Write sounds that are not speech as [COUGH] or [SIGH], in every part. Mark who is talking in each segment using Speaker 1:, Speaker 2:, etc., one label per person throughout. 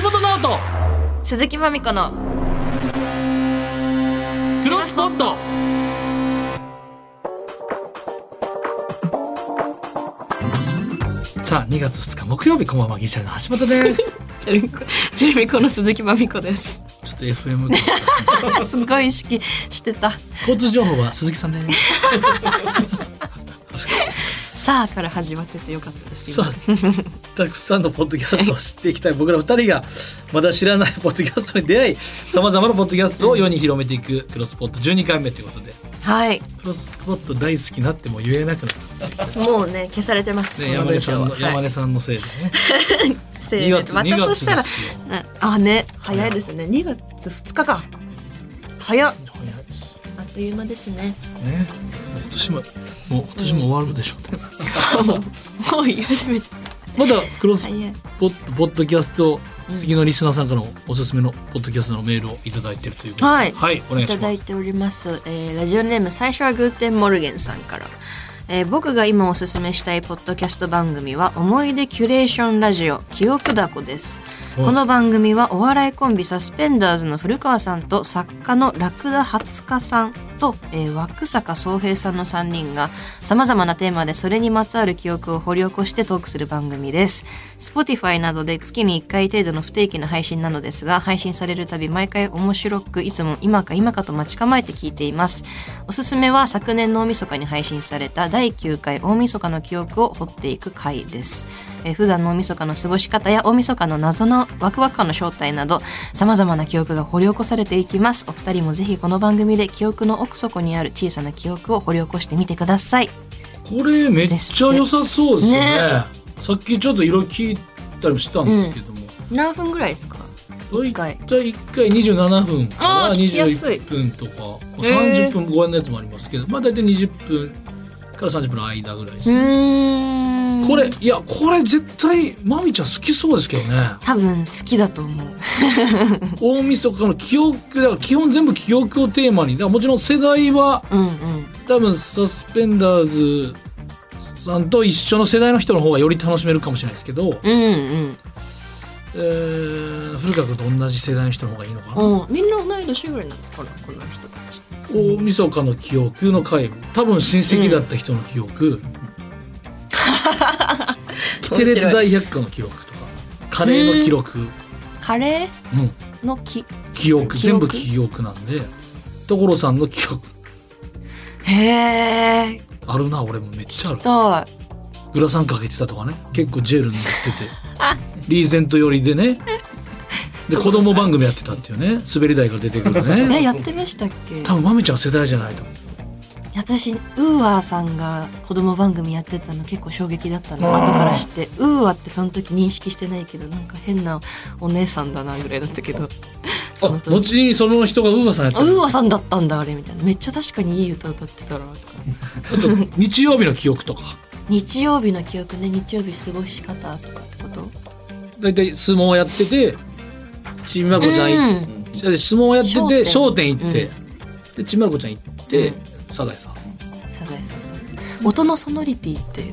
Speaker 1: 橋本直人
Speaker 2: 鈴木まみこの
Speaker 1: クロスポットさあ2月2日木曜日こんばんはギリシャリの橋本です
Speaker 2: [LAUGHS] チェルミコチェルミコの鈴木まみこです [LAUGHS]
Speaker 1: ちょっと FM です
Speaker 2: ごい意識してた
Speaker 1: 交通情報は鈴木さんです
Speaker 2: [LAUGHS] さあから始まっててよかったです
Speaker 1: さあたくさんのポッドキャストを知っていきたい僕ら2人がまだ知らない [LAUGHS] ポッドキャストに出会いさまざまなポッドキャストを世に広めていくクロスポット12回目ということで
Speaker 2: はい
Speaker 1: クロスポット大好きになっても言えなくなって
Speaker 2: もうね消されてます、
Speaker 1: ね
Speaker 2: そ
Speaker 1: 山
Speaker 2: 文
Speaker 1: 根
Speaker 2: 章
Speaker 1: さんの、
Speaker 2: は
Speaker 1: 山
Speaker 2: はい
Speaker 1: 根さんのせいでね
Speaker 2: せ
Speaker 1: 2
Speaker 2: ーの
Speaker 1: 月
Speaker 2: またそしたら
Speaker 1: 2月ですよ
Speaker 2: なあね早いですね2月2日か早っあっという間ですね
Speaker 1: ね、今年も、もう今年も終わるでしょうね。
Speaker 2: [LAUGHS] もう言い始めちゃっ
Speaker 1: まだクロス
Speaker 2: た早い
Speaker 1: ポッド、ポッドキャスト、次のリスナーさんからのおすすめのポッドキャストのメールをいただいてるということで。
Speaker 2: はい
Speaker 1: お願い
Speaker 2: いた
Speaker 1: し
Speaker 2: だ
Speaker 1: ま
Speaker 2: い
Speaker 1: す。
Speaker 2: ております、えーラジオネーム最初はグーテンモルゲンさんから、えー僕が今おすすめしたいポッドキャスト番組は思い出キュレーションラジオ記憶だこです
Speaker 1: はい
Speaker 2: この番組はお笑いコンビサスペンダーズの古川さんと作家のラクダハツカさんと、えー、枠坂総平さんの3人がさまざまなテーマでそれにまつわる記憶を掘り起こしてトークする番組です。Spotify などで月に1回程度の不定期な配信なのですが配信されるたび毎回面白くいつも今か今かと待ち構えて聞いています。おすすめは昨年の大晦日に配信された第9回大晦日の記憶を掘っていく回です。えー普段の大晦日の過ごし方や大晦日の謎のワクワク感の正体など様々な記憶が掘り起こされていきますお二人もぜひこの番組で記憶の奥底にある小さな記憶を掘り起こしてみてください
Speaker 1: これめっちゃ良さそうですね。
Speaker 2: ね
Speaker 1: さっきちょっと色々聞いたりもしたんですけども。
Speaker 2: 何分ぐらいですか一回
Speaker 1: だいたい1回27分か
Speaker 2: あ
Speaker 1: ら
Speaker 2: ー聞きやすい
Speaker 1: 21分とか
Speaker 2: へ
Speaker 1: 30
Speaker 2: ー
Speaker 1: 分ご案のやつもありますけど、まあ大体20分から30分の間ぐらいですね
Speaker 2: うーん
Speaker 1: これいやこれ絶対まみちゃん好きそうですけどね
Speaker 2: 多分好きだと思う
Speaker 1: 大晦日の記憶だから基本全部記憶をテーマにだからもちろん世代は
Speaker 2: うんうん
Speaker 1: 多分サスペンダーズさんと一緒の世代の人の方がより楽しめるかもしれないですけど、
Speaker 2: うん
Speaker 1: えー、古川君と同じ世代の人の方がいいのかな、
Speaker 2: うんみんな同い年ぐらいなのかなこの人たち
Speaker 1: 大晦日の記憶の回多分親戚だった人の記憶、 [LAUGHS] キテレツ大百科の記録とかカレーの記録、うん、
Speaker 2: カレーの木
Speaker 1: 記憶
Speaker 2: 記憶
Speaker 1: 全部記憶なんで所さんの記憶
Speaker 2: へえ
Speaker 1: あるな俺もめっちゃある
Speaker 2: と
Speaker 1: グラサンかけてたとかね結構ジェル塗っててリーゼント寄りでねで子供番組やってたっていうね滑り台が出てく
Speaker 2: [LAUGHS]
Speaker 1: る
Speaker 2: えやっ
Speaker 1: ね
Speaker 2: てましたっけ
Speaker 1: 多分まめちゃん世代じゃないと思う
Speaker 2: 私ウーアーさんが子供番組やってたの結構衝撃だったの後から知ってウーアーってその時認識してないけどなんか変なお姉さんだなぐらいだったけ
Speaker 1: [LAUGHS]
Speaker 2: どその
Speaker 1: あ
Speaker 2: 時
Speaker 1: 後にその人がウーバーさんやって
Speaker 2: あウ
Speaker 1: る
Speaker 2: ーアーさんだったんだあれみたいなめっちゃ確かにいい歌歌ってたらとか
Speaker 1: あと日曜日の記憶とか
Speaker 2: 日曜日の記憶ね日曜日過ごし方とかってこと
Speaker 1: 大体相撲やっててちびまこちゃんい
Speaker 2: うん
Speaker 1: 相撲やってて
Speaker 2: 商
Speaker 1: 商
Speaker 2: 店
Speaker 1: 店行って、
Speaker 2: う
Speaker 1: でちびまこちゃん行って、
Speaker 2: うん
Speaker 1: サザエさん
Speaker 2: サザエさんと音のソノリティって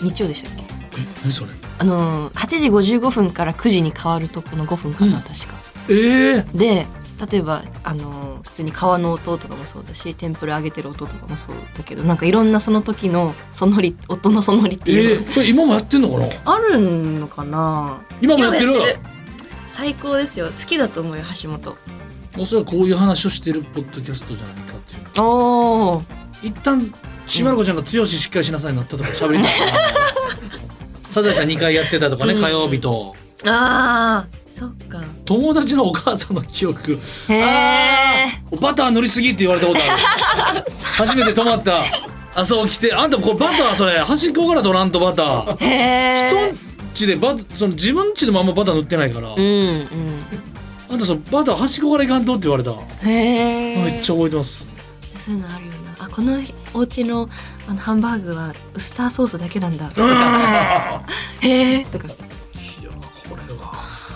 Speaker 2: 日曜でしたっけ
Speaker 1: え何それ
Speaker 2: あのー8時55分から9時に変わるとこの5分かな、
Speaker 1: うん
Speaker 2: 確か
Speaker 1: ええ
Speaker 2: で例えばあの普通に皮の音とかもそうだし天ぷら揚げてる音とかもそうだけどなんかいろんなその時のそのり音のそのりって
Speaker 1: え
Speaker 2: い
Speaker 1: え
Speaker 2: うの
Speaker 1: それ今もやってんのかな
Speaker 2: があるのかな
Speaker 1: 今もやってる
Speaker 2: 今もやって最高ですよ好きだと思うよ橋本
Speaker 1: おそらくこういう話をしてるポッドキャストじゃないかっていう
Speaker 2: おお
Speaker 1: 一旦しばらこちゃんが「剛しっかりしなさい」になったとか喋りたいなサザエさん2回やってたとかね
Speaker 2: うん
Speaker 1: 火曜日と
Speaker 2: あーそっか
Speaker 1: 友達のお母さんの記憶
Speaker 2: へえ
Speaker 1: バター塗りすぎって言われたことあ
Speaker 2: [LAUGHS]
Speaker 1: る初めて泊まった朝起きてあんたこれバターそれ端っこから取らんとバター
Speaker 2: へ
Speaker 1: 人
Speaker 2: え
Speaker 1: んちでバその自分んちのまんまバター塗ってないから、
Speaker 2: うん
Speaker 1: あんたそのバター端っこからいかんとって言われた、
Speaker 2: うんへえ
Speaker 1: めっちゃ覚えて
Speaker 2: [LAUGHS]
Speaker 1: ます
Speaker 2: そういうのあるよなあこのお家のあのハンバーグはウスターソースだけなんだと
Speaker 1: うんい
Speaker 2: か
Speaker 1: や
Speaker 2: へえとか
Speaker 1: これは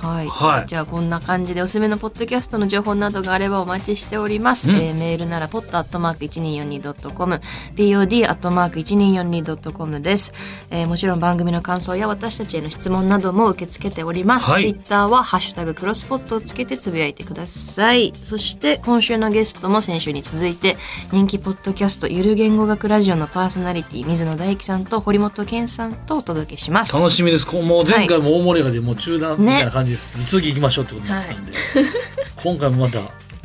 Speaker 2: はい、
Speaker 1: はい
Speaker 2: じゃあこんな感じでおすすめのポッドキャストの情報などがあればお待ちしております、
Speaker 1: うん
Speaker 2: えーメールなら pod.1242.com pod.1242.com です、えーもちろん番組の感想や私たちへの質問なども受け付けております、
Speaker 1: はい
Speaker 2: ツイッターは「ハッシュタグクロスポット」をつけてつぶやいてくださいそして今週のゲストも先週に続いて人気ポッドキャスト「ゆる言語学ラジオ」のパーソナリティ水野大樹さんと堀本健さんとお届けします
Speaker 1: 楽しみですこうもう前回も大盛り上がりでもう中断みたいな感じです、次行きましょうってことになってたんで、今回もまた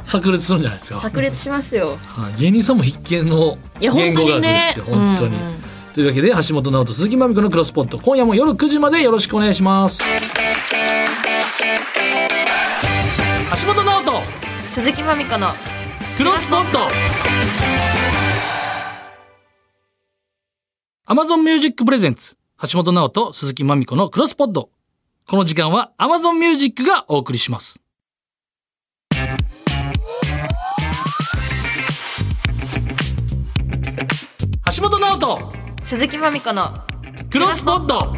Speaker 1: 炸裂するんじゃないですか
Speaker 2: 炸裂しますよ
Speaker 1: はい芸人さんも必見の
Speaker 2: いや本
Speaker 1: 言
Speaker 2: 当
Speaker 1: 語
Speaker 2: に
Speaker 1: 学で
Speaker 2: ね
Speaker 1: すよ本当に
Speaker 2: うんうん
Speaker 1: というわけで橋本直人鈴木まみ子のクロスポット今夜も夜9時までよろしくお願いします橋本直人
Speaker 2: 鈴木まみこの
Speaker 1: クロスポット Amazon Music Presents 橋本直人鈴木まみ子のクロスポットこの時間は Amazon Music がお送りします橋本直人
Speaker 2: 鈴木まみこの
Speaker 1: クロスポット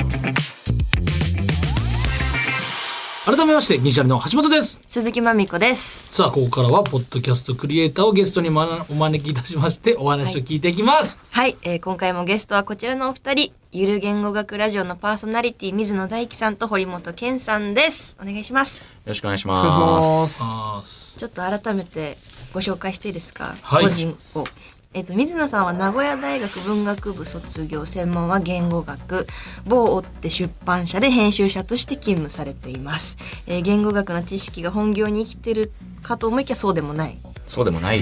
Speaker 1: 改めまして銀シャリの橋本です
Speaker 2: 鈴木まみこです
Speaker 1: さあここからはポッドキャストクリエイターをゲストにまなお招きいたしましてお話を聞いていきます、
Speaker 2: はい、えー今回もゲストはこちらのお二人ゆる言語学ラジオのパーソナリティ水野大樹さんと堀本健さんですお願いします
Speaker 3: よろしくお願いします。
Speaker 1: あー
Speaker 2: ちょっと改めてご紹介していいですか、
Speaker 1: はい
Speaker 2: 個人をえっと水野さんは名古屋大学文学部卒業専門は言語学某追って出版社で編集者として勤務されています、えー言語学の知識が本業に生きてるかと思いきやそうでもない
Speaker 3: そうでも
Speaker 1: [LAUGHS]
Speaker 3: ない。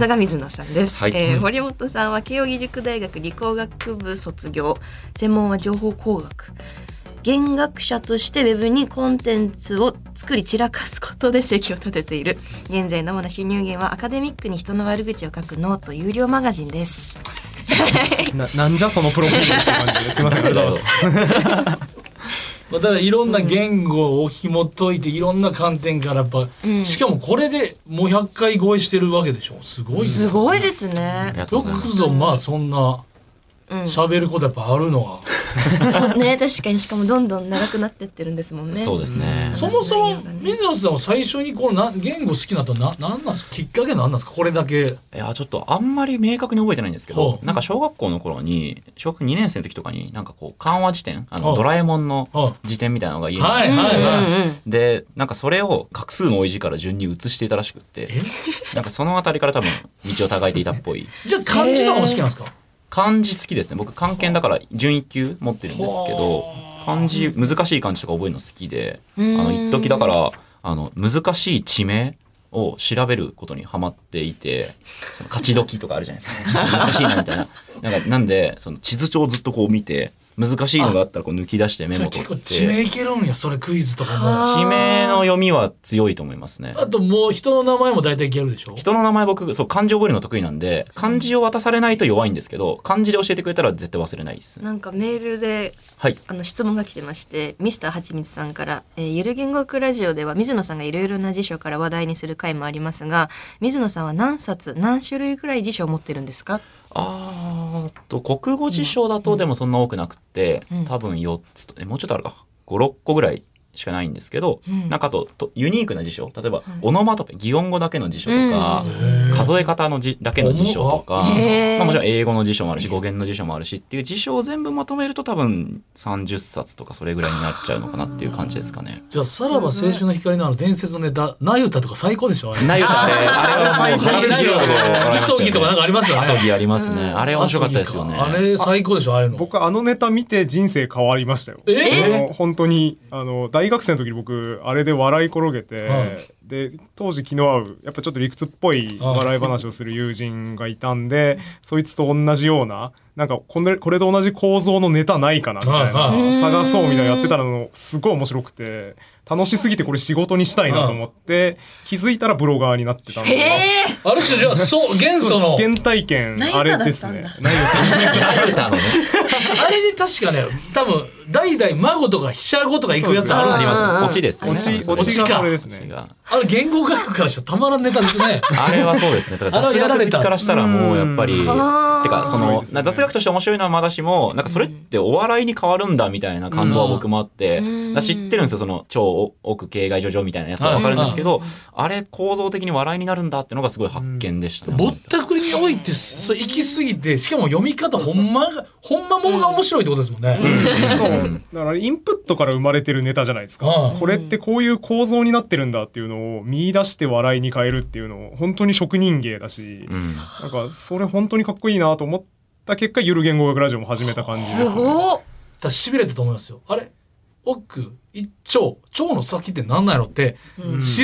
Speaker 2: 長水野さんです、
Speaker 3: はい
Speaker 2: えー堀本さんは慶應義塾大学理工学部卒業専門は情報工学弦学者としてウェブにコンテンツを作り散らかすことで席を立てている現在の主な収入源はアカデミックに人の悪口を書くノート有料マガジンです
Speaker 4: ななんじゃそのプロフィールって感じ [LAUGHS] ですいませんありがとうございます
Speaker 1: まあ、ただいろんな言語を紐解いていろんな観点からやっぱ、しかもこれでもう100回超えしてるわけでしょすごいです
Speaker 2: すごいですね
Speaker 1: よくぞまあそんな喋ることやっぱあるのは、
Speaker 2: ね確かにしかもどんどん長くなってってるんですもんね
Speaker 3: そうですね。
Speaker 1: そもそも水野さんは最初にこのな言語好きになったのはななんなんですかきっかけなんなんですかこれだけ
Speaker 3: いやちょっとあんまり明確に覚えてないんですけど
Speaker 1: ほ、う
Speaker 3: なんか小学校の頃に小学2年生の時とかになんかこう緩和辞典、あ
Speaker 1: ほ
Speaker 3: の
Speaker 1: う
Speaker 3: ドラえもんの
Speaker 1: ほう
Speaker 3: 辞典みたいなのが家にあっ
Speaker 1: はいは
Speaker 3: て。
Speaker 1: いはい、
Speaker 3: でなんかそれを画数の多い字から順に移していたらしくってなんかその辺りから多分道をたいていたっぽい
Speaker 1: じゃあ漢字とかも好きなんですか、
Speaker 3: 漢字好きですね僕漢検だから準一級持ってるんですけど漢字難しい漢字とか覚えるの好きであの一時だからあの難しい地名を調べることにハマっていてその勝ち時とかあるじゃないです
Speaker 1: [LAUGHS]
Speaker 3: か難しいなみたいななんかなんでその地図帳をずっとこう見て難しいのがあったらこう抜き出してメ
Speaker 1: それ
Speaker 3: モ取
Speaker 1: 結
Speaker 3: っ
Speaker 1: 構
Speaker 3: て
Speaker 1: 地名いけるんやそれクイズとかも
Speaker 3: 地名の読みは強いと思いますね
Speaker 1: あともう人の名前も大体いけるでしょ
Speaker 3: 人の名前僕そう漢字覚えるの得意なんで漢字を渡されないと弱いんですけど漢字で教えてくれたら絶対忘れないですね
Speaker 2: なんかメールで
Speaker 3: はい
Speaker 2: あの質問が来てましてミスターはちみつさんから、えーゆる言語学ラジオでは水野さんがいろいろな辞書から話題にする回もありますが水野さんは何冊何種類くらい辞書を持ってるんですか
Speaker 3: あーっと国語辞書だとでもそんな多くなくて、
Speaker 2: うん
Speaker 3: 多分4つとえもうちょっとあるか56個ぐらいしかないんですけど、
Speaker 2: うん
Speaker 3: なんかあととユニークな辞書例えば、オノマトペ擬音語だけの辞書とか、
Speaker 1: へー
Speaker 3: 数え方のじだけの辞書とか、
Speaker 2: へー
Speaker 3: まあ、もちろん英語の辞書もあるし語源の辞書もあるしっていう辞書を全部まとめると多分30冊とかそれぐらいになっちゃうのかなっていう感じですかね。
Speaker 1: じゃあさらば青春の光のあの伝説のネタ「なゆた」とか最高でしょあれ
Speaker 3: [LAUGHS] ないよねあれあれは
Speaker 1: な
Speaker 3: 最高
Speaker 1: ゆ
Speaker 3: ですよ。
Speaker 1: た急ぎとかなんかありますよね
Speaker 3: 急ぎありますね。あれ面白かったですよね。
Speaker 1: あれ最高でしょああいうの
Speaker 4: 僕あのネタ見て人生変わりましたよ
Speaker 1: え
Speaker 4: あの本当にあの大学生の時に僕あれで笑い転げて、
Speaker 1: はい
Speaker 4: で当時気の合うやっぱちょっと理屈っぽい
Speaker 1: はい
Speaker 4: 笑い話をする友人がいたんで、そいつと同じようななんかこれこれと同じ構造のネタないかなみたいな、
Speaker 1: はい
Speaker 2: はい
Speaker 4: 探そうみたいなのやってたのすごい面白くて楽しすぎてこれ仕事にしたいなと思って、気づいたらブロガーになってたの
Speaker 2: へえ
Speaker 1: ある種じゃあそう元素の
Speaker 4: 原体験あれですね。
Speaker 2: ナユタだった
Speaker 4: ナユタ
Speaker 3: ナユタのね。
Speaker 1: あれで確かね多分代々孫とかひしゃごとか行くやつ
Speaker 2: そう
Speaker 1: あ
Speaker 3: あ
Speaker 1: るん
Speaker 3: り
Speaker 1: で
Speaker 2: ですす
Speaker 1: よ
Speaker 2: うんうんうん
Speaker 3: ます。オチです
Speaker 2: あ
Speaker 4: 落ち、落ちが
Speaker 3: よね。
Speaker 1: 落ちか
Speaker 4: それです
Speaker 3: オチ
Speaker 4: ね。
Speaker 3: が
Speaker 1: あれ言語学からしたらたまらんネタですね
Speaker 3: あれはそうですね。だか
Speaker 1: あ
Speaker 3: ら雑
Speaker 1: れはやら
Speaker 3: 学
Speaker 1: れ
Speaker 3: 好き
Speaker 1: た
Speaker 3: からしたらもうやっぱり。て
Speaker 2: はあ
Speaker 3: かそ
Speaker 4: 面白い
Speaker 3: の
Speaker 4: ですね
Speaker 3: な雑学として面白いのはまだしもなんかそれってお笑いに変わるんだみたいな感動は僕もあって、
Speaker 2: うん
Speaker 3: だから知ってるんですよその超奥形外上場みたいなやつはわかるんですけど、あれ構造的に笑いになるんだってのがすごい発見でしたね。
Speaker 1: ぼったくりにおいてそれ行き過ぎてしかも読み方ほんまがほんまもんが面白いってことですもんね、
Speaker 4: そう。だからインプットから生まれてるネタじゃないですか
Speaker 1: うん。
Speaker 4: これってこういう構造になってるんだっていうのを見出して笑いに変えるっていうのを本当に職人芸だし、
Speaker 3: うん
Speaker 4: なんかそれ本当にかっこいいなと思った結果、ゆる言語学ラジオも始めた感じです
Speaker 2: す
Speaker 4: ね。
Speaker 2: ごっ
Speaker 1: だしびれたと思いますよあれ奥一丁腸の先って何なんやろって、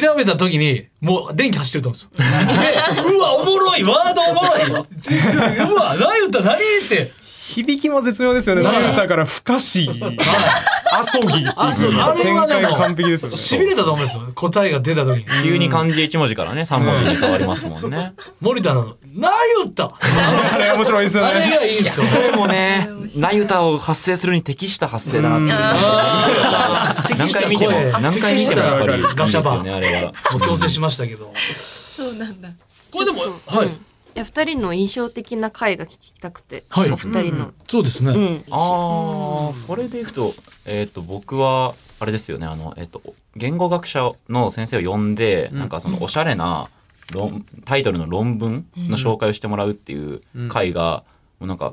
Speaker 1: 調べた時にもう電気走ってると思うんですよでうわおもろいワードおもろいわちょうわ何言った何って
Speaker 4: 響きも絶妙ですよね。なんだから、不可思議。アソギって
Speaker 1: あそう
Speaker 4: いう
Speaker 1: あれは
Speaker 4: 展
Speaker 1: で
Speaker 4: 開が完璧ですよ
Speaker 1: も
Speaker 4: ね。
Speaker 1: しびれたと思うんですよ答えが出た時に
Speaker 3: 急に漢字一文字からね三文字に変わりますもんね。
Speaker 1: 森田なの何言った
Speaker 4: あれ面白いですよ
Speaker 1: あれ
Speaker 4: ね。
Speaker 1: がいいんですよ
Speaker 3: でもね、なゆたを発生するに適した発声だなっていう
Speaker 1: あー
Speaker 3: 何回見ても
Speaker 1: 適した声
Speaker 3: 何回見てもやっぱりいい
Speaker 1: ガ
Speaker 3: で
Speaker 1: チ
Speaker 3: す
Speaker 1: ャバ
Speaker 3: よねあれは。
Speaker 1: もう強制しましたけど
Speaker 5: そうなんだ。
Speaker 1: これでも
Speaker 2: ちょっと
Speaker 1: はい
Speaker 2: うんいや二人の印象的な回が聞きたくて、
Speaker 1: はい
Speaker 2: お二人の、
Speaker 1: そうですね、
Speaker 2: うん
Speaker 3: ああ、それでいくと、えっ、と、僕は、あれですよね、あの、えっ、と、言語学者の先生を呼んで、なんかそのおしゃれな論、タイトルの論文の紹介をしてもらうっていう回が、もうなんか、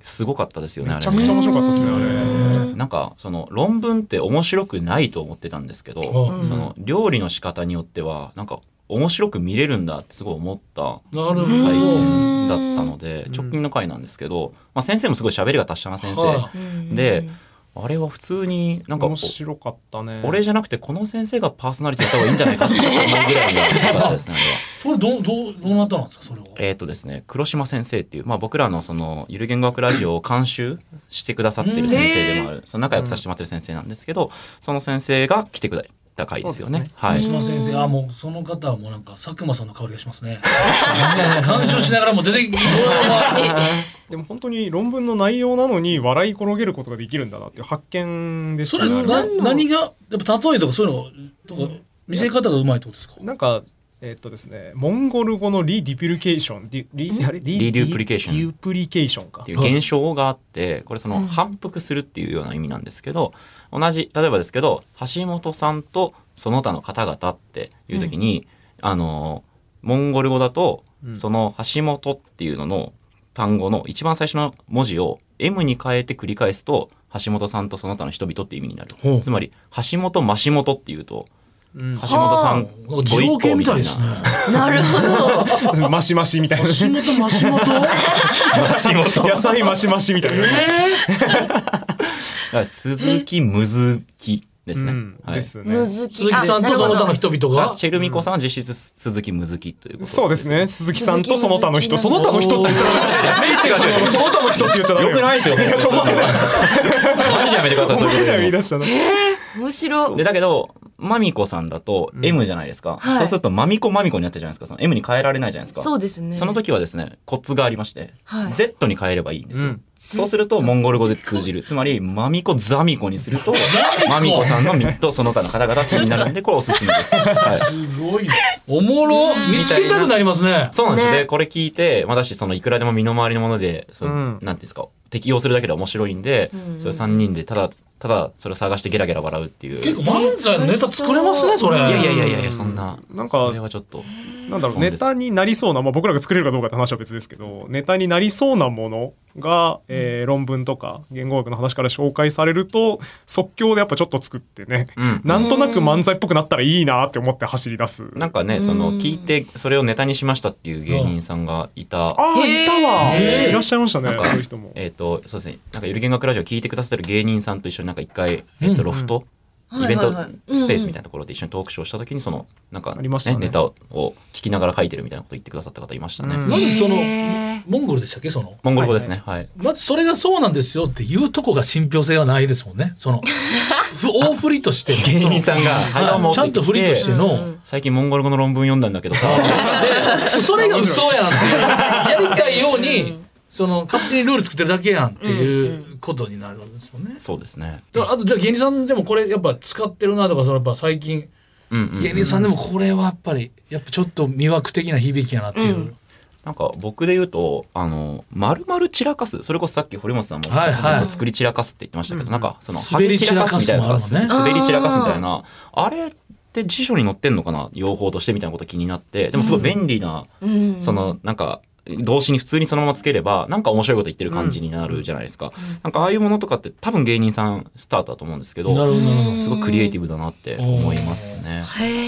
Speaker 3: すごかったですよね、
Speaker 4: め
Speaker 3: あ
Speaker 4: ち
Speaker 3: れ
Speaker 4: ゃく
Speaker 3: ね
Speaker 4: ちゃ面白かったですね、あれ。
Speaker 3: なんかその論文って面白くないと思ってたんですけど、
Speaker 1: うん
Speaker 3: その料理の仕方によってはなんか面白く見れるんだってすごい思った
Speaker 1: なるほど
Speaker 3: 回だ
Speaker 1: は
Speaker 3: ったので直近の回なんですけど、まあ、先生もすごい喋りが達者な先生
Speaker 1: い
Speaker 3: で、あれは普通になんかこ
Speaker 4: 面
Speaker 3: う
Speaker 4: 白かったね。
Speaker 3: 俺じゃなくてこの先生がパーソナリティやった方がいいんじゃないかってちょっと思うぐらいの方々ですね。あ [LAUGHS] れは
Speaker 1: それどうどうどうなったんですかそれは
Speaker 3: えーっとですね、黒島先生っていう、まあ、僕らのそのゆる言語学ラジオを監修してくださってる先生でもある、その仲良くさせてもらってる先生なんですけど、その先生が来てくれた回ですよね。
Speaker 4: そうで
Speaker 3: はい。
Speaker 1: 西野先生あもうその方はもうなんか佐久間さんの香りがしますね [LAUGHS] 鑑賞しながらも出て [LAUGHS] きて
Speaker 4: でも本当に論文の内容なのに笑い転げることができるんだなっていう発見でし
Speaker 1: そ
Speaker 4: た
Speaker 1: れ
Speaker 4: ね。あれ
Speaker 1: な何がやっぱ例えとかそういうのとか見せ方がうまいってことですか
Speaker 4: なんか、えーっとですね、モンゴル語のリデュプリケーション、リリあれリ
Speaker 3: リデュプリケーション
Speaker 4: リデュプリケーションか
Speaker 3: って。いう現象があってこれその反復するっていうような意味なんですけど同じ例えばですけど橋本さんとその他の方々っていう時に、あのモンゴル語だと
Speaker 4: うん
Speaker 3: その橋本っていうのの単語の一番最初の文字を M に変えて繰り返すと橋本さんとその他の人々って意味になる
Speaker 1: ほう
Speaker 3: つまり橋本真下っていうと
Speaker 4: うん
Speaker 3: 橋本さんご
Speaker 1: 地
Speaker 3: 一
Speaker 1: 方
Speaker 3: 行
Speaker 1: 系み
Speaker 3: みた
Speaker 1: た
Speaker 3: い
Speaker 1: い
Speaker 3: な
Speaker 1: ですね
Speaker 2: なるほど
Speaker 4: マシマシみたいな。
Speaker 1: 橋本マシモト
Speaker 4: 野菜マシマシみたいな。
Speaker 3: だから鈴木むずきですね。
Speaker 4: うん
Speaker 3: はい
Speaker 4: ですね。
Speaker 2: むずき
Speaker 1: [LAUGHS] 鈴木さんとその他の人々が
Speaker 3: チェルミコさんは実質鈴木むずきということ
Speaker 4: そうですね。鈴木さんとその他の人。その他の人って言っちゃダメ。ね違う違う。 [LAUGHS] その他の人って言っちゃダメ。
Speaker 3: よくないですよ。
Speaker 4: やちょお前ら
Speaker 3: マジでやめてください。
Speaker 4: お
Speaker 3: そうい
Speaker 4: 前
Speaker 3: うこと
Speaker 4: ら
Speaker 3: 言
Speaker 4: 言いう出したな。
Speaker 2: 面白
Speaker 3: の
Speaker 2: い
Speaker 3: でだけどマミコさんだと M じゃないですか。
Speaker 2: はい
Speaker 3: そうするとマミコマミコになってるじゃないですか。その M に変えられないじゃないですか。
Speaker 2: そうですね
Speaker 3: その時はですねコツがありまして、
Speaker 2: はい
Speaker 3: Z に変えればいいんですよ。
Speaker 4: うん
Speaker 3: そうするとモンゴル語で通じる。つまりマミコザミコにするとマミコさんのミとその他の方々になるんでこれおすすめです。はい。
Speaker 1: すごいなおもろ見つけたくなりますね
Speaker 3: そうなんですよ。
Speaker 2: ね
Speaker 3: で、これ聞いて、まだし、その、いくらでも身の回りのもので、その
Speaker 4: うん
Speaker 3: なんていうんですか、適用するだけで面白いんで、それ3人で、ただ、ただ、それを探してゲラゲラ笑うっていう。
Speaker 1: 結構漫才のネタ作れますねそれ
Speaker 3: いやいやいやいやいうや、
Speaker 4: ん
Speaker 3: そんな、
Speaker 4: なんか
Speaker 3: それはちょっと、
Speaker 4: なんだろう
Speaker 3: そうです
Speaker 4: ネタになりそうな、まあ、僕らが作れるかどうかって話は別ですけどネタになりそうなものが、えー論文とか言語学の話から紹介されると即興でやっぱちょっと作ってね、
Speaker 3: うん
Speaker 4: なんとなく漫才っぽくなったらいいなって思って走り出す。
Speaker 3: なんかね、その、聞いて、それをネタにしましたっていう芸人さんがいた、
Speaker 4: ああいたわ、
Speaker 3: へー
Speaker 4: いらっしゃいましたね
Speaker 3: なんか
Speaker 4: そういう人も。
Speaker 3: えっ、と、そうですね、なんか、ゆる言学ラジオ聞いてくださってる芸人さんと一緒になんか一回、えっ、と、ロフト、イベントスペースみたいなところで一緒にトークショーした時に、その、なんか、
Speaker 4: ありましたね
Speaker 3: ネタを聞きながら書いてるみたいなこと言ってくださった方いましたね。
Speaker 4: うん
Speaker 1: まずその
Speaker 2: へ
Speaker 1: モンゴルでしたっけその
Speaker 3: モンゴル語ですね。はい
Speaker 1: まずそれがそうなんですよっていうとこが信憑性はないですもんねそ [LAUGHS] のふ大振りとして
Speaker 3: 芸人さんが、はいどうも
Speaker 1: ちゃんと振りとしての、
Speaker 3: 最近モンゴル語の論文読んだんだけどさ、
Speaker 1: それが嘘やんっていうやりたいようにその勝手にルール作ってるだけやんっていうことになるわけですよね。
Speaker 3: [LAUGHS] そうですね。
Speaker 1: だからあとじゃあ芸人さんでもこれやっぱ使ってるなとかそのやっぱ最近
Speaker 3: うんうんうん
Speaker 1: 芸人さんでもこれはやっぱりやっぱちょっと魅惑的な響きやなっていう。
Speaker 2: うん
Speaker 3: なんか僕で言うと、あの、丸々散らかす。それこそさっき堀本さんも、
Speaker 1: はいはい
Speaker 3: なんか作り散らかすって言ってましたけど、なんかその、
Speaker 1: 滑り
Speaker 3: ハゲ
Speaker 1: 散らかす
Speaker 3: みたいなのとか、
Speaker 1: もあるもんね
Speaker 3: 滑り散らかすみたいな、あれって辞書に載ってんのかな用法としてみたいなこと気になって、でもすごい便利な、
Speaker 2: うん
Speaker 3: その、なんか、動詞に普通にそのままつければ、なんか面白いこと言ってる感じになるじゃないですか。なんかああいうものとかって多分芸人さんスタートだと思うんですけど、
Speaker 1: なるほどなるほど
Speaker 3: すごいクリエイティブだなって思いますね。
Speaker 2: へえ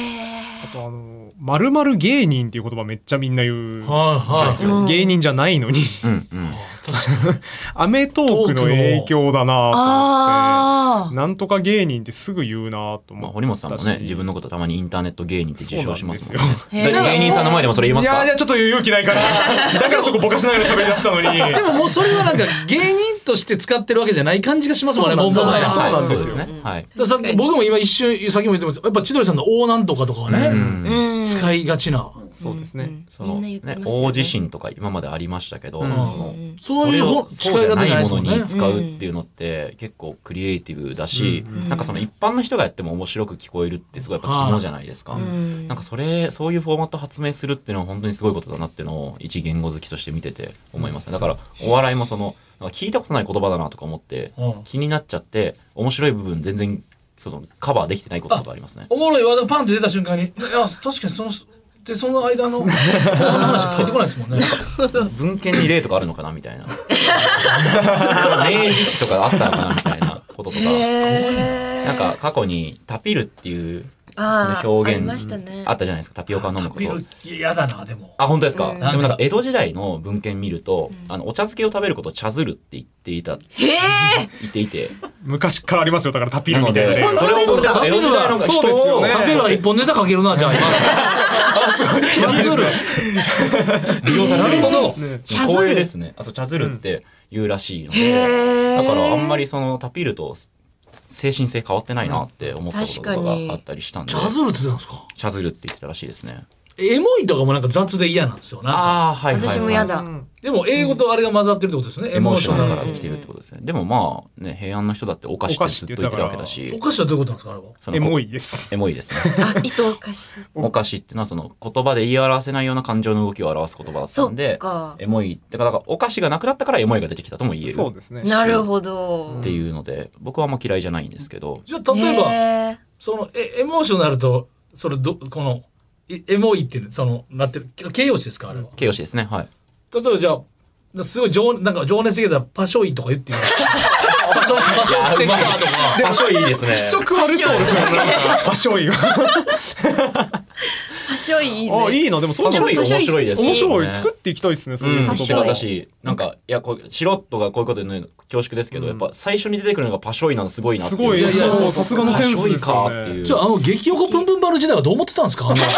Speaker 4: あとあの「まる芸人」っていう言葉めっちゃみんな言うん
Speaker 1: はいは
Speaker 4: で
Speaker 1: い。
Speaker 4: すよ、
Speaker 2: うん
Speaker 4: 芸人じゃないのに [LAUGHS]
Speaker 3: うんうん。
Speaker 1: 確かに
Speaker 4: アメトークの影響だなと
Speaker 2: あ
Speaker 4: 思ってなんとか芸人ってすぐ言うなと思
Speaker 3: まあ、
Speaker 4: っ
Speaker 3: 堀本さんも
Speaker 4: だし
Speaker 3: ね自分のことたまにインターネット芸人って自称しますもんね
Speaker 4: そうなんで
Speaker 2: よへー
Speaker 3: だ芸人さんの前でもそれ言いま
Speaker 4: い
Speaker 3: す
Speaker 4: や
Speaker 3: か
Speaker 4: いやちょっと勇気ないから
Speaker 3: [LAUGHS]
Speaker 4: だからそこぼかしながら喋り出したのに
Speaker 1: でももうそれはなんか芸人として使ってるわけじゃない感じがしますもんね。
Speaker 4: そうなんです
Speaker 1: もも
Speaker 4: よ
Speaker 1: ね
Speaker 4: そうなん
Speaker 3: は
Speaker 4: で
Speaker 3: い
Speaker 4: すよ
Speaker 3: そうですねは
Speaker 1: だ
Speaker 3: い
Speaker 1: からさっき僕も今一瞬先も言ってますやっぱ千鳥さんの「大なんとか」とかはね、
Speaker 3: うん
Speaker 2: うん
Speaker 1: 使いがちな、
Speaker 4: そうですね
Speaker 3: そ
Speaker 2: み
Speaker 3: の
Speaker 2: んな言ってます
Speaker 3: ね
Speaker 2: よね
Speaker 3: 大地震とか今までありましたけど、
Speaker 4: うん
Speaker 3: その
Speaker 2: うん
Speaker 1: そういう
Speaker 3: それ
Speaker 1: ほ
Speaker 3: を
Speaker 1: ん使
Speaker 3: そう
Speaker 1: い
Speaker 3: じゃ
Speaker 1: 方
Speaker 3: な
Speaker 1: じゃないで
Speaker 3: いも
Speaker 1: す
Speaker 3: の
Speaker 1: もんね
Speaker 3: に使うっていうのって結構クリエイティブだし、
Speaker 4: うん
Speaker 2: うん
Speaker 3: なんかその一般の人がやっても面白く聞こえるってすごいやっぱ機能じゃないですか、
Speaker 2: ん
Speaker 3: なんかそれそういうフォーマット発明するっていうのは本当にすごいことだなっていうのを一言語好きとして見てて思いますねだからお笑いもそのなんか聞いたことない言葉だなとか思って
Speaker 1: うん
Speaker 3: 気になっちゃって面白い部分全然そのカバーできてないこととかありますね
Speaker 1: おもろいワードがパンって出た瞬間に「いや確かにそのでその間の後半の話が入ってこないですもんね」
Speaker 3: 文献に例とかあるのかなみた
Speaker 1: [LAUGHS]
Speaker 3: いな明治期とかあったのかなみたいなこととか
Speaker 2: へー
Speaker 3: なんか過去にタピルっていう
Speaker 2: あー
Speaker 3: その表現
Speaker 2: ありましたね
Speaker 3: あったじゃないですかタピオカ飲むこ
Speaker 1: ビ
Speaker 3: と
Speaker 1: ー。ル嫌だなでも
Speaker 3: あ本当ですか、
Speaker 2: うん
Speaker 3: でもなんか江戸時代の文献見ると、あのお茶漬けを食べることを茶ずるって言っていた
Speaker 2: へえ
Speaker 3: 言っていて
Speaker 4: 昔からありますよだからタピー
Speaker 3: な
Speaker 4: ルみ
Speaker 3: の
Speaker 4: たいな
Speaker 3: で
Speaker 4: ね
Speaker 2: 本
Speaker 3: そ
Speaker 2: 当
Speaker 3: れを
Speaker 2: ですか
Speaker 3: 僕は江戸時代の人
Speaker 4: そうですよ
Speaker 3: を
Speaker 4: ね
Speaker 1: 例えば一本ネタかけるなじゃあ今すごい
Speaker 3: 利用されて
Speaker 1: なる
Speaker 3: る
Speaker 1: ほど
Speaker 3: 光
Speaker 2: 茶ずる
Speaker 3: 栄ですねあそう茶ずるって言うらしいの
Speaker 2: へ
Speaker 3: で、
Speaker 2: ー
Speaker 3: だからあんまりそのタピルと精神性変わってないなって思ったこととか
Speaker 2: 確かに
Speaker 3: があったりしたんで
Speaker 1: ジャズルって言ってたんですか
Speaker 3: 茶ずるって言ってたらしいですね
Speaker 1: エモいとかもなんか雑で嫌なんですよなんか
Speaker 3: ああはいはい、はい、
Speaker 2: 私もやだ
Speaker 1: でも英語とあれが混ざってるってことですね、エ
Speaker 3: エ
Speaker 1: モ
Speaker 3: モ
Speaker 1: ー
Speaker 3: ー
Speaker 1: シ
Speaker 3: シ
Speaker 1: ョ
Speaker 3: ョ
Speaker 1: ナ
Speaker 3: ナ
Speaker 1: ル
Speaker 3: ル
Speaker 1: と
Speaker 3: から生きてるってことですねでもまあね平安の人だってお菓子ってずっと言ってたわけだし
Speaker 1: お菓子はどういうことなんですかあれは
Speaker 3: そ
Speaker 4: エ
Speaker 3: の
Speaker 4: モいです
Speaker 3: エモいですね
Speaker 2: [LAUGHS] あ糸おかしい
Speaker 3: お菓子ってのはその言葉で言い表せないような感情の動きを表す言葉だった
Speaker 2: そ
Speaker 3: ん
Speaker 2: っ
Speaker 3: で
Speaker 2: か
Speaker 3: エモいってかだからお菓子がなくなったからエモいが出てきたとも言える
Speaker 4: そうですね
Speaker 2: なるほど
Speaker 3: っていうので僕はあんま嫌いじゃないんですけど
Speaker 1: じゃあ例えば、
Speaker 2: へー
Speaker 1: そのえエモーショナルとそれどこのえエモいってそのなってる形容詞ですかあれは、
Speaker 3: 形容詞ですねはい
Speaker 1: 例えばじゃあすごい情なんか情熱的だったらパショイとか言 [LAUGHS] ってみるパショイパショイ食ってきたとか
Speaker 3: 場所いいですね
Speaker 4: 気色悪そうですね場所いいわ
Speaker 2: パショイいい
Speaker 4: あ
Speaker 2: ね
Speaker 4: いいなでもそう
Speaker 3: 面
Speaker 4: いうの
Speaker 3: 白
Speaker 2: 面白いっす
Speaker 3: い面白いですね
Speaker 4: 面白い作っていきたいですねそういう
Speaker 3: う
Speaker 4: 言
Speaker 3: ん、
Speaker 2: パ
Speaker 3: て
Speaker 2: シ
Speaker 4: 葉
Speaker 2: ョイう
Speaker 3: か
Speaker 2: ん
Speaker 3: だしなんかいやこう素人がこういうこと言うの恐縮ですけど、やっぱ最初に出てくるのがパショイなのすごいなって
Speaker 4: す
Speaker 3: う
Speaker 4: ごい
Speaker 1: いやいや
Speaker 4: そうさすがの
Speaker 3: パ
Speaker 4: セン
Speaker 3: シ
Speaker 4: ス
Speaker 3: ョ
Speaker 4: で
Speaker 3: イ
Speaker 4: す
Speaker 3: か
Speaker 4: よ
Speaker 3: ってい
Speaker 4: ね
Speaker 3: う
Speaker 1: じゃああの激横プンプン丸時代はどう思ってたんですかあんな [LAUGHS]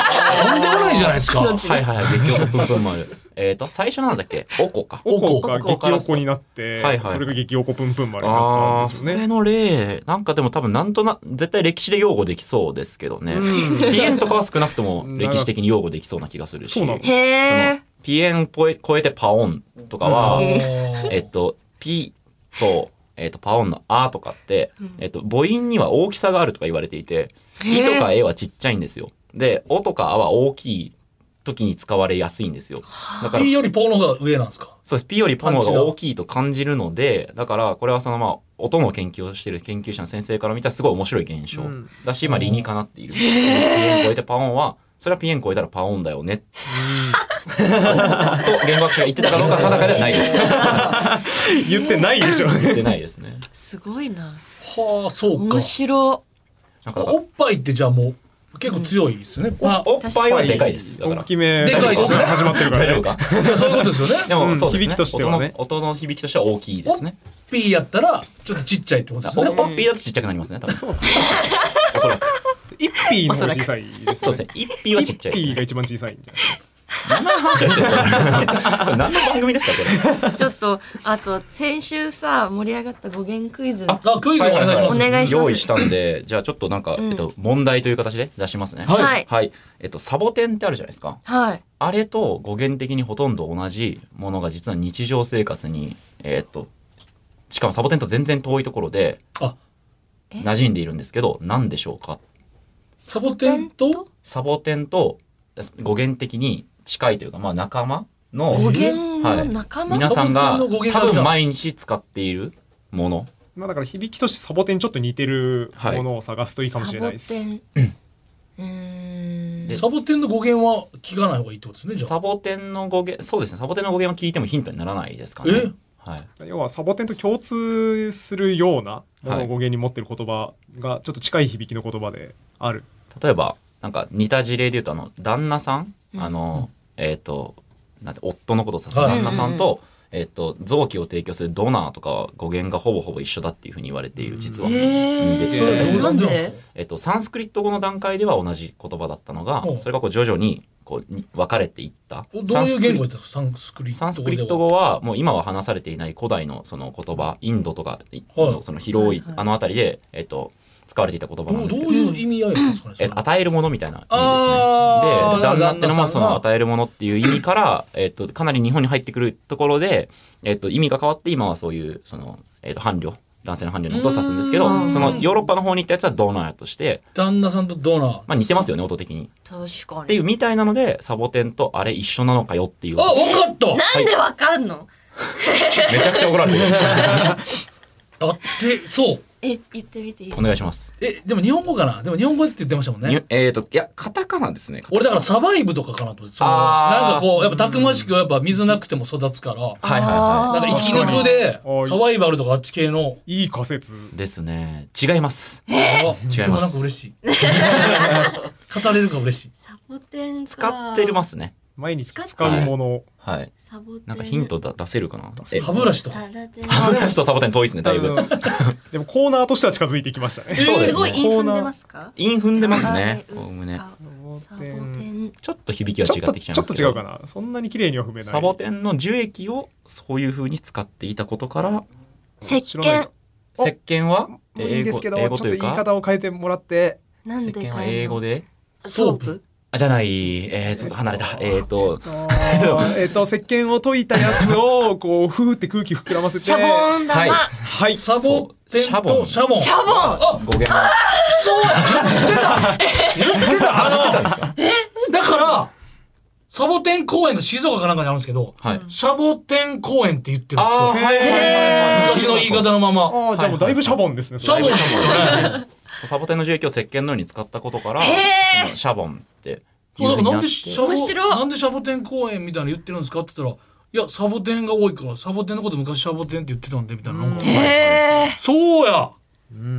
Speaker 1: とんでもないじゃないですか
Speaker 3: はいはいはい激おこぷんぷん丸
Speaker 4: [LAUGHS]
Speaker 3: えっと最初なんだっけおこか
Speaker 4: おこが
Speaker 2: おこ
Speaker 4: 激おこになって
Speaker 3: はいはい
Speaker 4: それが激おこぷんぷん丸に
Speaker 3: あ
Speaker 4: な
Speaker 3: あ
Speaker 4: ったん
Speaker 3: そ
Speaker 4: ですよ
Speaker 3: れ
Speaker 4: ね
Speaker 3: の例なんかでも多分なんとな絶対歴史で擁護できそうですけどね、ピエンとかは少なくとも歴史的に擁護できそうな気がするし
Speaker 4: そうなの
Speaker 2: へえ
Speaker 3: ピエン超え超えてパオンとかは、
Speaker 1: [LAUGHS]
Speaker 3: えっと、ピと、えっと、パオンのアとかって、えっと、母音には大きさがあるとか言われていて、イ
Speaker 2: ー
Speaker 3: とかエはちっちゃいんですよ。で、オとかアは大きい時に使われやすいんですよ。だから
Speaker 1: P、よりポーの方が上なんですか
Speaker 3: そうです。ピよりパの方が大きいと感じるので、だから、これはそのまあ、音の研究をしている研究者の先生から見たらすごい面白い現象
Speaker 4: うん
Speaker 3: だし、まあ、理にかなっている。ピエン超えてパオンは、それはピエン超えたらパオンだよね。 [LAUGHS] と、言語学者が言ってたかどうかは定かではない
Speaker 4: [LAUGHS]
Speaker 3: です。
Speaker 4: 言ってないでしょ
Speaker 3: 言ってないですね。
Speaker 2: すごいな
Speaker 1: はあそうか
Speaker 2: 面白
Speaker 3: なんか
Speaker 1: おっぱいってじゃあもう結構強いですね、パ
Speaker 3: おっぱいはでかいです。だか
Speaker 4: 大
Speaker 3: ら。
Speaker 4: きめ
Speaker 1: でかいですね
Speaker 4: 始まってるから
Speaker 3: 大丈夫
Speaker 4: ね
Speaker 3: か。
Speaker 1: いやそういうことですよね
Speaker 3: でも、そうです
Speaker 4: 響
Speaker 3: ね。
Speaker 4: きとしてはね
Speaker 3: 音の。音の響きとしては大きいですね。
Speaker 1: おっぴーやったらちょっとちっちゃいってことです
Speaker 3: お
Speaker 1: ね。
Speaker 3: おっぴーだとちっちゃくなりますね。多分
Speaker 4: そうですね
Speaker 3: おそらく。
Speaker 4: 一匹の方が小さいです
Speaker 3: そう
Speaker 4: ね [LAUGHS]
Speaker 3: ですね。一匹はちっちゃいです
Speaker 4: 一匹
Speaker 3: ね
Speaker 4: が。一番小さいんじゃない
Speaker 3: 何の話をしてるんですか。これ何の番組ですかこれ。
Speaker 2: ちょっとあと先週さ盛り上がった語源クイズ
Speaker 1: あ、クイズお願いします。
Speaker 2: お願いします
Speaker 3: 用意したんで、じゃあちょっとなんか、えっと、問題という形で出しますね。
Speaker 1: はい
Speaker 2: はい
Speaker 3: はい。えっと、サボテンってあるじゃないですか。
Speaker 2: はい
Speaker 3: あれと語源的にほとんど同じものが実は日常生活に、えっと、しかもサボテンと全然遠いところで
Speaker 1: あ
Speaker 2: え
Speaker 3: 馴染んでいるんですけど何でしょうか
Speaker 1: サボテンと
Speaker 3: サボテンと語源的に近いというかまあ仲間の
Speaker 2: 語源の仲間、
Speaker 3: 皆さん
Speaker 1: サ
Speaker 3: が
Speaker 1: ボテンの語源
Speaker 3: 多
Speaker 1: がじゃ
Speaker 3: 分
Speaker 1: あ
Speaker 3: 毎日使っているもの
Speaker 4: まあだから響きとしてサボテンにちょっと似てるものを探すといいかもしれないです。
Speaker 2: サボテンうーん
Speaker 3: で
Speaker 1: サボテンの語源は聞かない方がいいってことですねじゃあ
Speaker 3: サボテンの語源そうですねサボテンの語源を聞いてもヒントにならないですかね
Speaker 1: え
Speaker 3: はい
Speaker 4: 要はサボテンと共通するようなものを語源に持ってる言葉がちょっと近い響きの言葉である。
Speaker 3: 例えばなんか似た事例で言うとあの旦那さん、あのえっ、となんて夫のことを指す
Speaker 1: はい
Speaker 3: 旦那さんと,、えっと臓器を提供するドナーとかは語源がほぼほぼ一緒だっていうふうに言われている実は、
Speaker 2: へ
Speaker 3: で
Speaker 2: ー
Speaker 3: それどう
Speaker 2: なん
Speaker 1: なんです
Speaker 2: で
Speaker 1: か
Speaker 3: えっとサンスクリット語の段階では同じ言葉だったのが、
Speaker 1: うん
Speaker 3: それがこう徐々にこうに分かれていった
Speaker 1: おどういう言語
Speaker 3: サンスクリ
Speaker 1: ですかサンスクリット語では
Speaker 3: サンスクリット語はもう今は話されていない古代のその言葉インドとかい
Speaker 1: はい
Speaker 3: その広い
Speaker 2: はいはい
Speaker 3: あの辺りで、えっと使われていた言葉な
Speaker 1: ど
Speaker 3: ん
Speaker 1: う
Speaker 3: ですけど
Speaker 1: どういう意味合いなんですかねそ
Speaker 3: え
Speaker 1: れ
Speaker 3: っと与えるものみたいな意
Speaker 1: あー
Speaker 3: 味ですね。で、旦那ってのも
Speaker 1: 旦那さ
Speaker 3: そ
Speaker 1: んが
Speaker 3: の与えるものっていう意味から、えっと、かなり日本に入ってくるところで、えっと、意味が変わって今はそういう、その、えっと、伴侶、男性の伴侶のことを指すんですけ
Speaker 1: う
Speaker 3: ど、
Speaker 1: ん
Speaker 3: そのヨーロッパの方に行ったやつはドーナーとして、
Speaker 1: 旦那さんとドナー
Speaker 3: まあ似てますよね、音的に。
Speaker 2: 確か
Speaker 3: ってい
Speaker 2: に
Speaker 3: うみたいなので、サボテンとあれ一緒なのかよっていう。
Speaker 1: あわかった
Speaker 2: なんでわかんの
Speaker 3: めちゃくちゃ怒られて [LAUGHS] る。
Speaker 1: あってそう
Speaker 2: え言ってみていいです
Speaker 3: お
Speaker 2: か
Speaker 3: 願いします。
Speaker 1: えでも日本語かなでも日本語って言ってましたもんね
Speaker 3: にえっと、いや、カタカナですね。
Speaker 1: 俺だからサバイブとかかなと思ってその
Speaker 3: あー
Speaker 1: なんかこうやっぱたくましくやっぱ水なくても育つから
Speaker 3: はいはい
Speaker 2: あ
Speaker 1: な
Speaker 3: は
Speaker 1: んか生き抜くで
Speaker 4: はい
Speaker 1: サバイバルとかあっち系の
Speaker 4: いい仮説。
Speaker 3: い。ですね。違います。
Speaker 1: あ
Speaker 3: ます
Speaker 1: でもなんか嬉し
Speaker 3: [LAUGHS]
Speaker 1: い語れるか嬉しい
Speaker 2: サボテンか
Speaker 3: 使ってますね。
Speaker 4: 毎日使うもの。
Speaker 3: はい。
Speaker 2: サボテン
Speaker 3: なんかヒントだ出せるかな。
Speaker 1: 歯ブラシとか
Speaker 2: サラテン
Speaker 3: 歯ブラシとサボテン遠いですね、だいぶ。 [LAUGHS]
Speaker 4: うんでもコーナーとしては近づいてきましたね。
Speaker 3: そうですす
Speaker 2: ごい
Speaker 3: ね。
Speaker 2: インフン出ますか
Speaker 3: 韻踏んでますね。
Speaker 2: あ
Speaker 3: おおむね。
Speaker 2: あサ
Speaker 4: サ
Speaker 2: ボテン
Speaker 3: ちょっと響き
Speaker 4: ちょ
Speaker 3: は違
Speaker 4: っ
Speaker 3: っ
Speaker 4: と
Speaker 3: てきち
Speaker 4: ち
Speaker 3: ゃい
Speaker 4: ょ
Speaker 3: ま
Speaker 4: っ
Speaker 3: す
Speaker 4: と
Speaker 3: け
Speaker 4: 違
Speaker 3: ど。
Speaker 4: うかな。そんなに綺麗には踏めない。
Speaker 3: サボテンの樹液をそういう風に使っていたことから、
Speaker 2: 石
Speaker 4: 知らない
Speaker 2: 鹸
Speaker 4: かお
Speaker 3: 石鹸は
Speaker 4: もういいん
Speaker 3: 英
Speaker 4: ですけど、
Speaker 3: 語
Speaker 4: ちょっ
Speaker 3: 英語
Speaker 4: と
Speaker 3: とい
Speaker 4: 言いう
Speaker 3: か、
Speaker 4: 方を変えてもらって。
Speaker 2: な
Speaker 3: 石
Speaker 2: んで
Speaker 3: 鹸は
Speaker 2: 買え
Speaker 3: 英
Speaker 2: るの
Speaker 3: 語で、
Speaker 2: ソープ
Speaker 3: あ、じゃない、えー、ちょっと離れた、えっ、ー、と、
Speaker 4: あーえっと、石鹸を溶いたやつを、こう、ふーって空気膨らませて。
Speaker 2: シャボン
Speaker 3: はい
Speaker 2: 玉、
Speaker 4: はい。
Speaker 1: サボテンとシャボン
Speaker 2: シャボン
Speaker 1: あ
Speaker 3: 語源は
Speaker 1: だからサボテン公園の静岡かなんかにあるんですけど
Speaker 3: はい。
Speaker 1: シャボテン公園って言ってるんですよ
Speaker 3: あー、はいはいはいはい。
Speaker 1: 昔の言い方のまま
Speaker 4: ああ、じゃあもうだいぶシャボンですね。
Speaker 1: シャボンで
Speaker 4: それ
Speaker 1: すよね
Speaker 3: サボテンの樹液を石鹸のように使ったことから、
Speaker 2: へー
Speaker 3: そのシャボンって。
Speaker 1: そうだからなんで
Speaker 3: いう風
Speaker 1: シ
Speaker 3: に
Speaker 1: ャ
Speaker 3: なって
Speaker 1: ボ
Speaker 2: 面白い
Speaker 1: なんでシャボテン公園みたいなの言ってるんですかって言ったら「いやサボテンが多いからサボテンのこと昔シャボテンって言ってたんで」みたいななんか
Speaker 2: へえ
Speaker 1: そうや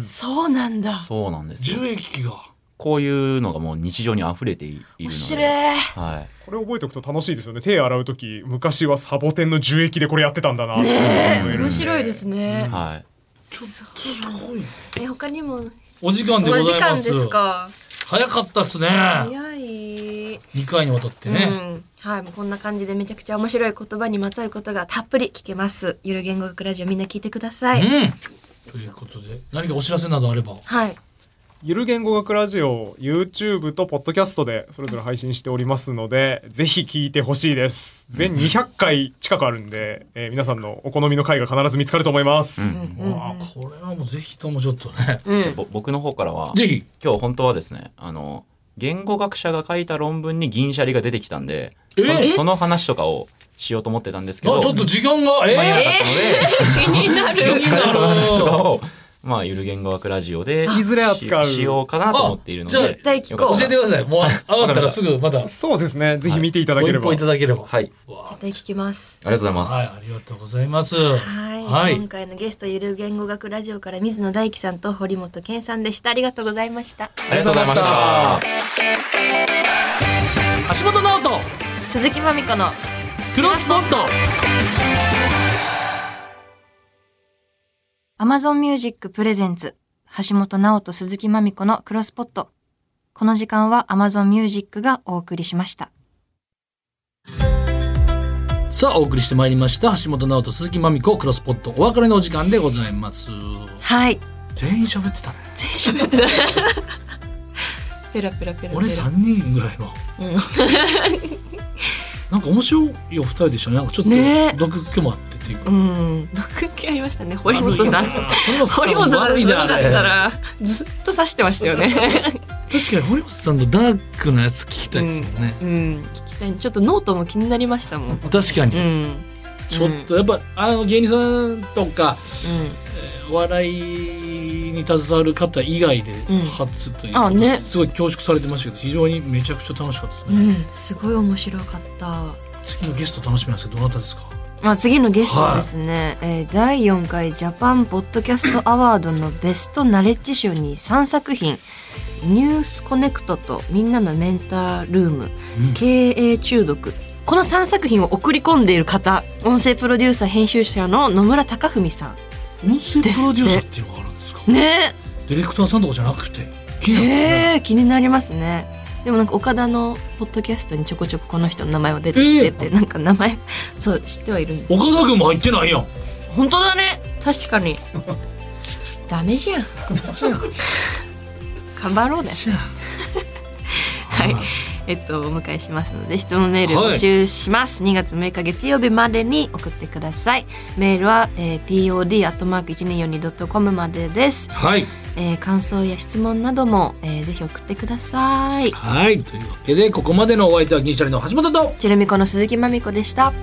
Speaker 2: そうなんだ
Speaker 3: そうなんですよ。
Speaker 1: 樹液が
Speaker 3: こういうのがもう日常に溢れているので。
Speaker 2: 面白い
Speaker 3: はい。
Speaker 4: これ覚えておくと楽しいですよね。手洗うとき、昔はサボテンの樹液でこれやってたんだなって思えるんで
Speaker 2: 面白いですね
Speaker 3: はい。
Speaker 1: すごい
Speaker 2: え他にも
Speaker 1: お時間
Speaker 2: お
Speaker 1: でご
Speaker 2: 時
Speaker 1: ざいま
Speaker 2: 間
Speaker 1: す
Speaker 2: ですか
Speaker 1: 早かったっすね
Speaker 2: 早い
Speaker 1: 2回にわたってね、
Speaker 2: うん、はい、もうこんな感じでめちゃくちゃ面白い言葉にまつわることがたっぷり聞けます。ゆる言語学ラジオみんな聞いてください。
Speaker 1: うん。ということで、何かお知らせなどあれば。
Speaker 2: はい。
Speaker 4: ゆる言語学ラジオ、YouTube と Podcast でそれぞれ配信しておりますので、ぜひ聞いてほしいです。全200回近くあるんで、えー皆さんのお好みの回が必ず見つかると思います。
Speaker 1: まあ、これはもうぜひともちょっとね。
Speaker 3: じゃあぼ僕の方からは
Speaker 1: ぜひ。
Speaker 3: 今日本当はですねあの言語学者が書いた論文に銀シャリが出てきたんでそ
Speaker 1: え
Speaker 3: のその話とかをしようと思ってたんで
Speaker 1: あ、
Speaker 3: すけ
Speaker 1: ちょ
Speaker 3: ど
Speaker 1: っと時間が、
Speaker 3: 間に合わな
Speaker 1: え
Speaker 3: かったので、
Speaker 2: 気になる。
Speaker 1: ー、気にな
Speaker 3: その話とか
Speaker 1: る。
Speaker 3: をまあゆる言語学ラジオで
Speaker 4: いずれ扱う
Speaker 3: ししようかなと思っているので
Speaker 1: あじゃあ絶
Speaker 2: 対聞こう
Speaker 1: 教えてください。もう上がったらすぐまた
Speaker 4: そうですね。ぜひ見ていただ
Speaker 1: ご
Speaker 4: けれ
Speaker 1: 一
Speaker 4: ば。
Speaker 1: 報いただければ。
Speaker 3: はいあり
Speaker 1: わ
Speaker 2: 絶対聞きます。
Speaker 3: がとうございま
Speaker 1: あ
Speaker 3: す、
Speaker 1: はい、ありがとうございます。
Speaker 2: はい、
Speaker 1: はい
Speaker 2: 今回のゲストゆる言語学ラジオから水野大樹さんと堀本健さんでした。ありがとうございました。
Speaker 3: ありがとうございました
Speaker 1: 橋本直人、
Speaker 2: 鈴木まみこの
Speaker 1: クロスポット。
Speaker 2: Amazon Music Presents 橋本直人鈴木まみこのクロスポット。この時間は Amazon Music がお送りしました。
Speaker 1: さあ、お送りしてまいりました。橋本直人、鈴木まみ子、クロスポット。お別れのお時間でございます。
Speaker 2: はい。
Speaker 1: 全員喋ってたね。
Speaker 2: [LAUGHS] ペラペラペラペラ。
Speaker 1: 俺3人ぐらいの。なんか面白いお二人でしたね。なんかちょっ
Speaker 2: ねえ
Speaker 1: と毒気もあってて。っていうか、
Speaker 2: うん、毒気ありましたね、堀本さん。
Speaker 1: 堀
Speaker 2: 堀本さん
Speaker 1: 悪い
Speaker 2: ずるか
Speaker 1: な
Speaker 2: っ
Speaker 1: あれ
Speaker 2: たら、ずっと刺してましたよね。
Speaker 1: 確かに堀本さんのダークなやつ聞きたいですもんね、
Speaker 2: うん、聞きたい、ちょっとノートも気になりましたもん。
Speaker 1: 確か
Speaker 2: う
Speaker 1: に、
Speaker 2: ん、
Speaker 1: ちょっとやっぱあの芸人さんとか
Speaker 2: う
Speaker 1: お笑いに携わる方以外で
Speaker 2: うん
Speaker 1: 初という
Speaker 2: あね
Speaker 1: すごい恐縮されてましたけど非常にめちゃくちゃ楽しかったです
Speaker 2: ん、
Speaker 1: ね、
Speaker 2: うん、すごい面白かった。
Speaker 1: 次のゲスト楽しみなんですけどどなたですか
Speaker 2: まあ、次のゲストはですね、えー第4回ジャパンポッドキャストアワードのベストナレッジ賞に3作品「ニュースコネクト」と「みんなのメンタールーム」
Speaker 1: うん
Speaker 2: 経営中毒」この3作品を送り込んでいる方音声プロデューサー編集者の野村貴文さ
Speaker 1: 音声プロデューサーっていうのがあるんですか
Speaker 2: んね
Speaker 1: ディレクターさんとかじゃなくて気になるんですね、
Speaker 2: えー、気になりますねでもなんか岡田のポッドキャストにちょこちょここの人の名前は出てきてて、なんか名前そう知ってはいるんです
Speaker 1: 岡田君も入ってないやん
Speaker 2: 本当だね確か [LAUGHS] にダメじゃん頑張ろうね
Speaker 1: じゃあ
Speaker 2: はい
Speaker 1: はい
Speaker 2: えっとお迎えしますので質問メールを募集します、2月6日月曜日までに送ってくださいメールは、えー、pod.1242.com までです、
Speaker 1: はい
Speaker 2: えー、感想や質問なども、えー、ぜひ送ってください
Speaker 1: はいというわけでここまでのお相手は銀シャリの橋本と
Speaker 2: チェルミコの鈴木まみこでした